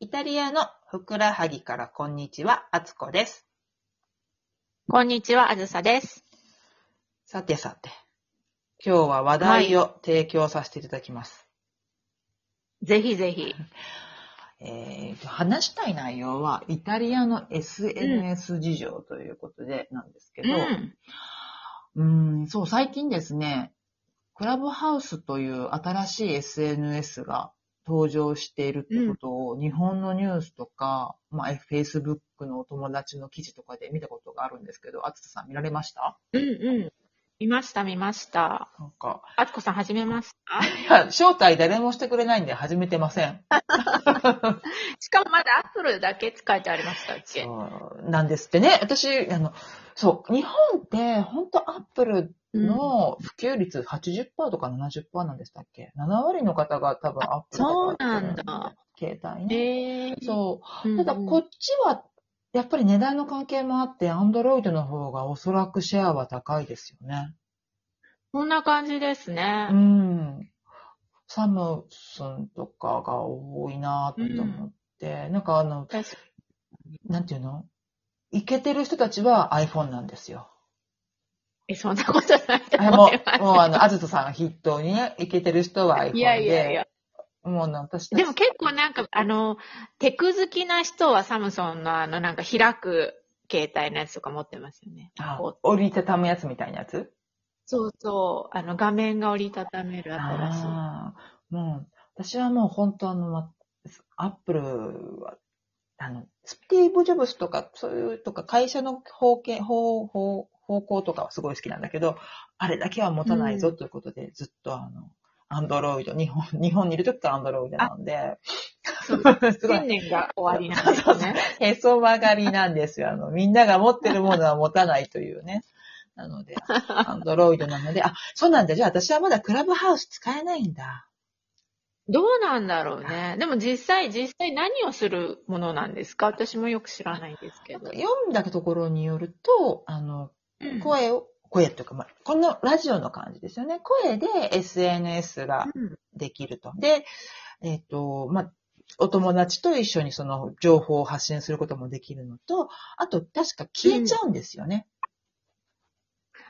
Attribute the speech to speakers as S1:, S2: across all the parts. S1: イタリアのふくらはぎからこんにちは、あつこです。
S2: こんにちは、あずさです。
S1: さてさて、今日は話題を提供させていただきます。
S2: ぜひぜひ。
S1: えーと、話したい内容は、イタリアの SNS 事情ということでなんですけ
S2: う
S1: ど、
S2: ん。
S1: うーん、そう、最近ですね、クラブハウスという新しい SNS が登場しているってことを、日本のニュースとか、まあ、Facebook のお友達の記事とかで見たことがあるんですけど、あつさん見られました
S2: うんうん。見ました、見ました。
S1: なんか、
S2: あつこさん、始めました。
S1: いや、招待誰もしてくれないんで始めてません。
S2: しかもまだアップルだけって書いてありましたっけ
S1: そうなんですってね。私、あの、そう、日本って、本当アップル
S2: うん
S1: の普及率80%とか70%なんでしたっけ ?7 割の方が多分アップル
S2: そうなんだ。
S1: 携帯ね。
S2: へえ
S1: そう。
S2: うん。
S1: ただこっちは、やっぱり値段の関係もあって、アンドロイドの方がおそらくシェアは高いですよね。
S2: こんな感じですね
S1: う。ん。サムスンとかが多いなと思って、なんかあの、
S2: 確か
S1: なんていうのいけてる人たちは iPhone なんです よ。
S2: に。えそんなことないと
S1: あも
S2: 思います
S1: う、もうあの、あずとさんが筆頭にね、いけてる人は iPhone で。
S2: いやいやいや。
S1: もうな私たち
S2: でも結構なんか、あの、テク好きな人はサムソンのあの、なんか開く携帯のやつとか持ってますよね。
S1: あ
S2: こう
S1: 折りたたむやつみたいなやつ
S2: そうそう。あの、画面が折りたためる新しい。
S1: ああ、もう、私はもう本当あの、まアップルは、あの、スティーブ・ジョブスとか、そういうとか、会社の方向、方方方向とかはすごい好きなんだけど、あれだけは持たないぞということで、ずっとあの、アンドロイド、日本、日本にいる時からアンドロイドなんで、
S2: そう
S1: すごい
S2: 新年が終わりなんですね。
S1: へそ曲がりなんですよ。あの、みんなが持ってるものは持たないというね。なので、アンドロイドなので、あ、そうなんだ。じゃあ私はまだクラブハウス使えないんだ。
S2: どうなんだろうね。でも実際、実際何をするものなんですか私もよく知らないんですけど。
S1: 読んだところによると、あの、
S2: うん
S1: 声を、声というか、まあ、このラジオの感じですよね。声で SNS が
S2: うん
S1: できると。で、えっ、と、まあ、お友達と一緒にその情報を発信することもできるのと、あと、確か消えちゃうんですよね。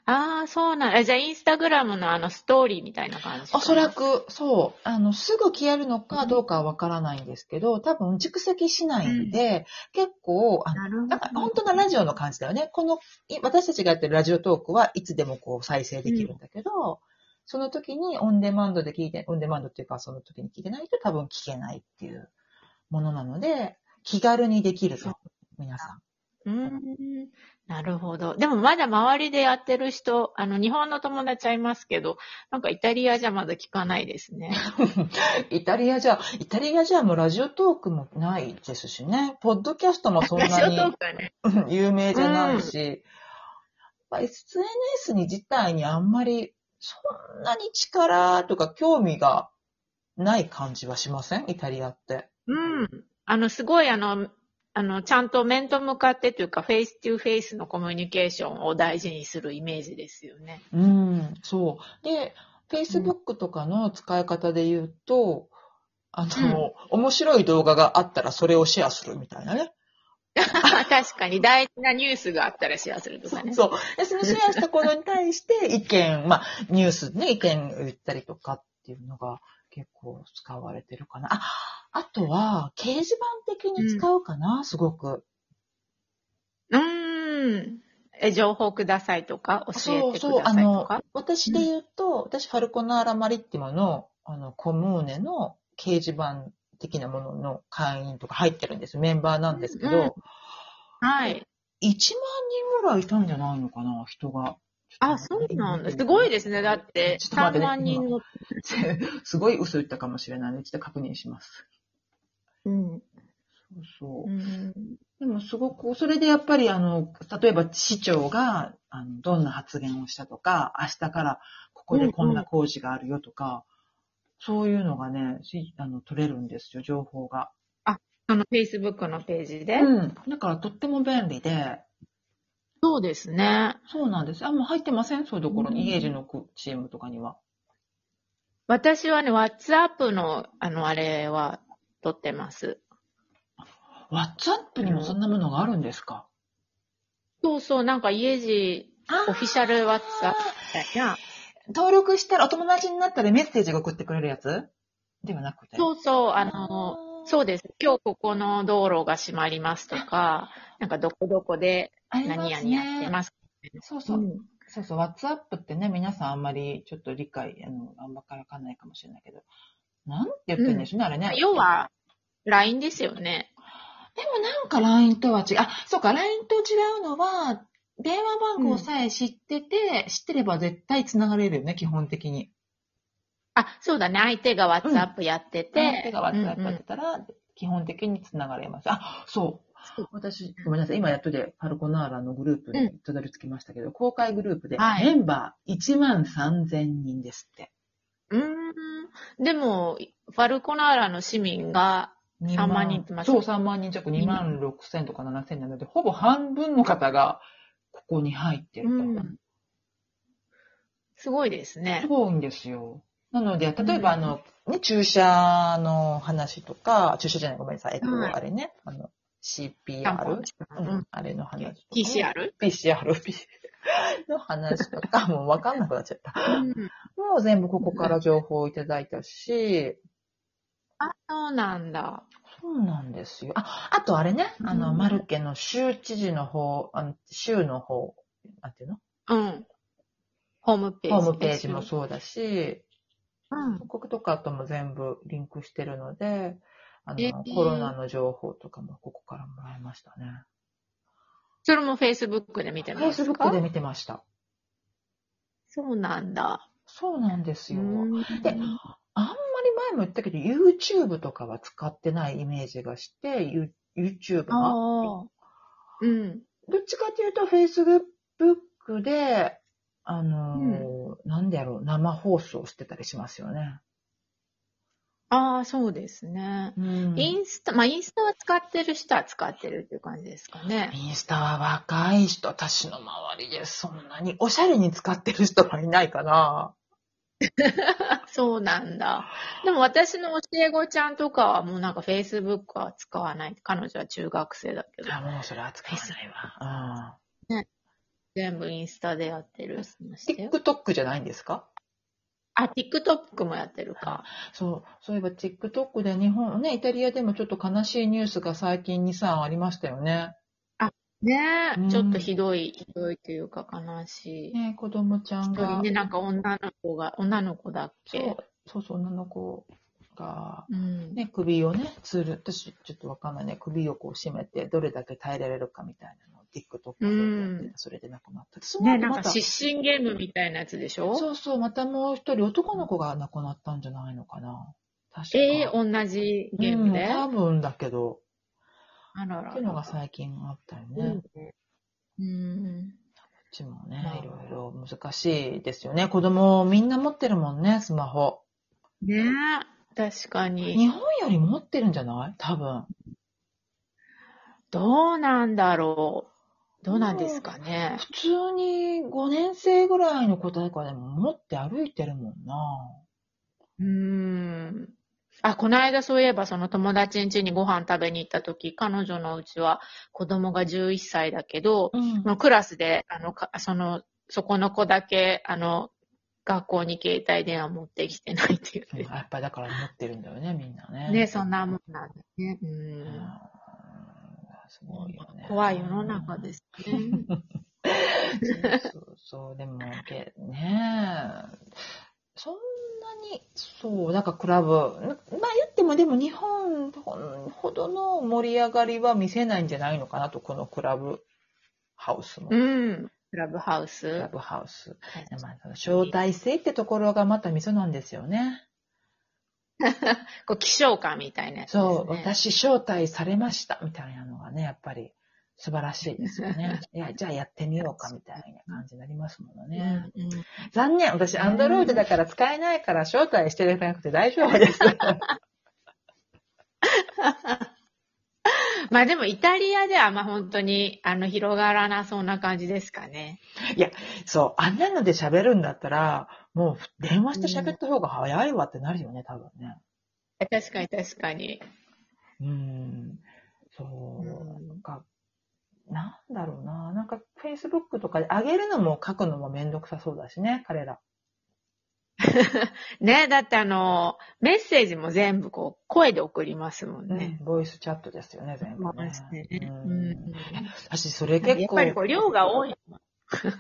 S2: ああ、そうなんえじゃあ、インスタグラムのあのストーリーみたいな感じ
S1: おそら。く、そう、あの、すぐ消えるのかどうかはわからないんですけど、多分蓄積しないんで、結構、あの
S2: なるほ
S1: なんか本
S2: ど。
S1: 当のラジオの感じだよね。この、い私たちがやってるラジオトークはいつでもこう再生できるんだけど、その時にオンデマンドで聞いて、オンデマンドっていうかその時に聞いてないと多分聞けないっていうものなので、気軽にできる
S2: そ
S1: と
S2: う。
S1: 皆さ
S2: うん。なるほど。でもまだ周りでやってる人、あの、日本の友達はいますけど、なんかイタリアじゃまだ聞かないですね。
S1: ん。イタリアじゃ、イタリアじゃもうラジオトークもないですしね。ポッドキャストもそん
S2: ラジ
S1: な
S2: オト
S1: に
S2: ークはね。
S1: うん有名じゃないし、まあ SNS に自体にあんまりそんなに力とか興味がない感じはしませんイタリアって。
S2: うん。あの、すごい、あの、あの、ちゃんと面と向かってというか、フェイストゥフェイスのコミュニケーションを大事にするイメージですよ ね。
S1: うん、そう。で、Facebook とかの使い方で言うと、あの、面白い動画があったらそれをシェアするみたいなね。
S2: 確かに、大事なニュースがあったらシェアするとかね。
S1: そう。で、そのシェアしたことに対して意見、まあ、ニュースで意見を言ったりとかっていうのが結構使われてるかな。あ、あとは、掲示板的に使うかな、すごく。
S2: うーん。え、情報くださいとか、教えてくだ
S1: あ
S2: さい
S1: の
S2: とか。、
S1: 私で言うと、私、ファルコナーラ・マリッティモの、あの、コムーネの掲示板的なものの会員とか入ってるんです。メンバーなんですけど、
S2: うんうんはい。
S1: 1万人ぐらいいたんじゃないのかな、人が。
S2: あ、そうなんだ。すごいですね。だって、
S1: ちょっと待って
S2: 3
S1: ね
S2: 万人の。
S1: すごい嘘言ったかもしれないので、ちょっと確認します。
S2: うん。
S1: そうう。
S2: ん
S1: でもすごく、それでやっぱりあの、例えば市長が、あの、どんな発言をしたとか、明日からここでこんな工事があるよとか、そういうのがね、しあの、取れるんですよ、情報が。
S2: その Facebook のページで。
S1: うん。だからとっても便利で、
S2: そうですね。
S1: そうなんです。あ、もう入ってませんそういうところ
S2: うん
S1: に、家路のチームとかには。
S2: 私はね、WhatsApp の、あの、あれは、撮ってます。
S1: WhatsApp にもそんなものがあるんですか、
S2: そうそう、なんか家路、
S1: あ
S2: オフィシャル WhatsApp みたいな。
S1: 登録したらお友達になったらメッセージが送ってくれるやつではなくて。
S2: そうそう、あの、
S1: の
S2: そうです。今日ここの道路が閉まりますとか、なんかどこどこで
S1: あります
S2: 何
S1: ね
S2: 々やってます。
S1: そうそう。そうそう、WhatsApp ってね、皆さんあんまりちょっと理解、あの、あんまからわかんないかもしれないけど、なんて言ってるんでしょうね、あれ
S2: まあ
S1: ね。
S2: 要、は、LINE ですよね。
S1: でもなんか LINE とは違う。あ、そうか、LINE と違うのは、電話番号さえ知ってて、知ってれば絶対繋がれるよね、基本的に。
S2: あ、そうだね。相手が WhatsApp やってて。
S1: 相手が
S2: う
S1: WhatsApp
S2: んう
S1: や
S2: ん
S1: ってたら、基本的に繋がれます。あ、そう。私、ごめんなさい。今やっとで、パルコナーラのグループにたどり着きましたけど、公開グループで、
S2: はい
S1: メンバー1万3000人ですって。
S2: うーん。でも、ファルコナーラの市民が、
S1: 2
S2: 3万人ってます
S1: そう、3万人弱、2万6千とか7千なので、ほぼ半分の方が、ここに入ってると。
S2: うんすごいです
S1: す
S2: ね。
S1: ごいんですよ。なので、例えば、あの、ね、注射の話とか、注射じゃない、ごめんなさい。えっと、
S2: はい
S1: あれね、あの、
S2: 担保
S1: CPR? う
S2: うん
S1: ん、あれの話とか、
S2: PCR?
S1: PCR P の話とか、もうわかんなくなっちゃった。
S2: うん。
S1: もう全部ここから情報をいただいたし、
S2: あ、そうなんだ。
S1: そうなんですよ。あ、あとあれね、あの、
S2: うん
S1: マルケの州知事の方、あの州の方、なんていうの
S2: うん。ホームページ。
S1: ホームページもそうだし、
S2: うん。
S1: 広告とかとも全部リンクしてるので、あの、
S2: えー
S1: コロナの情報とかもここからもらいましたね。
S2: それも Facebook で見てます
S1: Facebook
S2: か
S1: で見てました。
S2: そうなんだ。
S1: そうなんですよ。で
S2: うん
S1: あんまり前も言ったけど、YouTube とかは使ってないイメージがして、ユ YouTube
S2: あ
S1: が。
S2: あ。うん。
S1: どっちかというと Facebook で、あのー、なんでやろう、生放送してたりしますよね。
S2: ああ、そうですね。
S1: うん
S2: インスタ、まあ、インスタは使ってる人は使ってるっていう感じですかね。
S1: インスタは若い人、私の周りでそんなにおしゃれに使ってる人はいないかな。
S2: そうなんだ。でも私の教え子ちゃんとかはもうなんか Facebook は使わない。彼女は中学生だけど、
S1: あ、もうそれ扱いづらいわ。
S2: 全部インスタでやってる。して
S1: うん
S2: よ
S1: TikTok じゃないんですか
S2: あ、TikTok もやってるか。
S1: そう、そういえば TikTok で日本、ね、イタリアでもちょっと悲しいニュースが最近2、3ありましたよね。
S2: ね
S1: うん
S2: え、ちょっとひどい、ひどいというか悲しい。
S1: ね、子供ちゃん
S2: 一人
S1: が、
S2: ね、なんか女の子が、女の子だっ
S1: そ
S2: け
S1: うそうそう、女の子が、
S2: うん。
S1: ね、首をね、つる、私ちょっとわかんないね、首をこう締めて、どれだけ耐えられるかみたいなのを TikTok でやってて
S2: うん
S1: それで亡くなった。その
S2: ね、
S1: 後
S2: なん
S1: ま
S2: か
S1: た
S2: 失神ゲームみたいなやつでしょ
S1: そうそう、またもう一人男の子が亡くなったんじゃないのかな。確か
S2: ええ同じゲームで、
S1: うん
S2: あ
S1: 多分だけど、
S2: らら。
S1: っていうのが最近あったよね。
S2: う
S1: こ
S2: んうん。
S1: っちも
S2: ま
S1: ね
S2: あ、
S1: いろいろ難しいですよね。子供みんな持ってるもんね、スマホ。
S2: ねえ、確かに。
S1: 日本より持ってるんじゃない多分。
S2: どうなんだろう。どうなんですかね。
S1: 普通に5年生ぐらいの子とかでも持って歩いてるもんな。
S2: うん。あ、この間そういえばその友達ん家にご飯食べに行った時、彼女のうちは子供が11歳だけど、
S1: うん
S2: のクラスで、あの、かその、そこの子だけ、あの、学校に携帯電話持ってきてないっていうね。
S1: やっぱりだから持ってるんだよね、みんなね。
S2: ね、そんなもんなんだね。う
S1: うん。
S2: ん。
S1: すごいよね。
S2: 怖い世の中ですね。
S1: そうそう、でも、けねえ。そんなに、そう、なんかクラブ、まあ言ってもでも日本ほどの盛り上がりは見せないんじゃないのかなと、このクラブハウスも。ク
S2: うん。クラブハウス
S1: ラ。ブハウス。まあ、招待制ってところがまた溝なんですよね。
S2: こう、希少感みたいなやつですね。
S1: そう、私招待されましたみたいなのがね、やっぱり素晴らしいですよ ね。いや、じゃあやってみようかみたいな感じになりますもの
S2: うん。
S1: ね。
S2: うん
S1: 残念。私、
S2: ね
S1: アンドロイドだから使えないから招待してればなくて大丈夫 です。
S2: まあでも、イタリアでは、まあ本当に、あの、広がらなそうな感じですかね。
S1: そう。あんなので喋るんだったら、もう電話して喋った方が早いわってなるよね、多分ね。
S2: 確かに確かに。
S1: うん。そう、
S2: うん
S1: なんか、なんだろうな。なんか、Facebook とかで上げるのも書くのもめんどくさそうだしね、彼ら。
S2: ね、だってあの、メッセージも全部こう、声で送りますもんね。
S1: ボイスチャットですよね、全部、
S2: 回
S1: ね
S2: して
S1: う
S2: ね
S1: ん
S2: うん
S1: 私、それ
S2: や
S1: 結
S2: っ
S1: 構
S2: ぱ、りこう、量が多 い。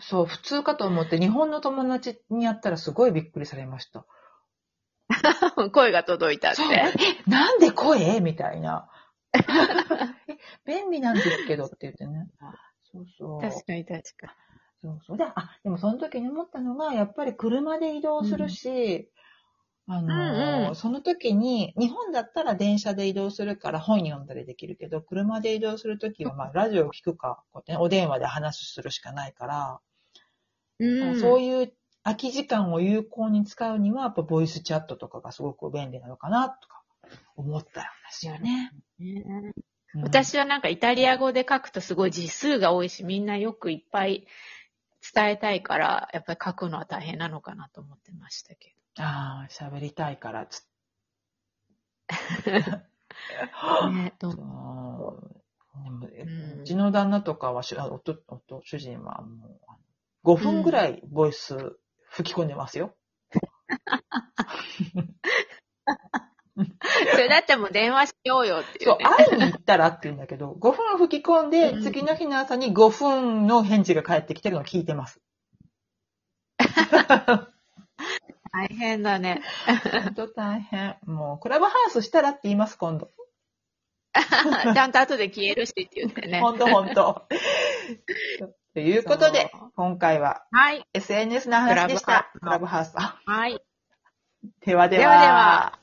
S1: そう、普通かと思って、日本の友達にやったらすごいびっくりされました。
S2: 声が届いたって
S1: そう。。え、なんで声みたい な。え、便利なんですけどって言ってね。そうそう。
S2: 確かに確か
S1: そうそう。で、あ、でもその時に思ったのが、やっぱり車で移動するし、あのー
S2: うんうん
S1: その時に、日本だったら電車で移動するから本読んだりできるけど、車で移動する時は、まあ、ラジオを聞くか、こうやってね、お電話で話するしかないから、
S2: に。うん。
S1: そういう空き時間を有効に使うには、やっぱボイスチャットとかがすごく便利なのかな、とか思ったんですよね。
S2: ね
S1: うん、
S2: 私はなんかイタリア語で書くとすごい字数が多いし、みんなよくいっぱい伝えたいから、やっぱり書くのは大変なのかなと思ってましたけ
S1: ああ、喋りたいからつ、
S2: ど。ね、どう
S1: うーんでも
S2: うん
S1: うちの旦那とかはしあ夫夫主人はもう5分ぐらいボイス吹き込んでますよ。
S2: それだってもう電話しようよってい
S1: そうう、
S2: ね。
S1: 会いに行ったらって言うんだけど、5分 吹き込んで
S2: う、ん
S1: 次の日の朝に5分の返事が返ってきてるのを聞いて ます。
S2: 大変だね。
S1: 本当大変。もう、クラブハウスしたらって言います、今度。
S2: ちゃんと後で消えるしって言 ってね。
S1: 本当本当ということで
S2: そう、
S1: 今回は
S2: はい。
S1: SNS の話でした。
S2: ク
S1: ク
S2: ラ
S1: ラ
S2: ブ
S1: ブハウス。あ
S2: はい。
S1: ではでは。
S2: ではでは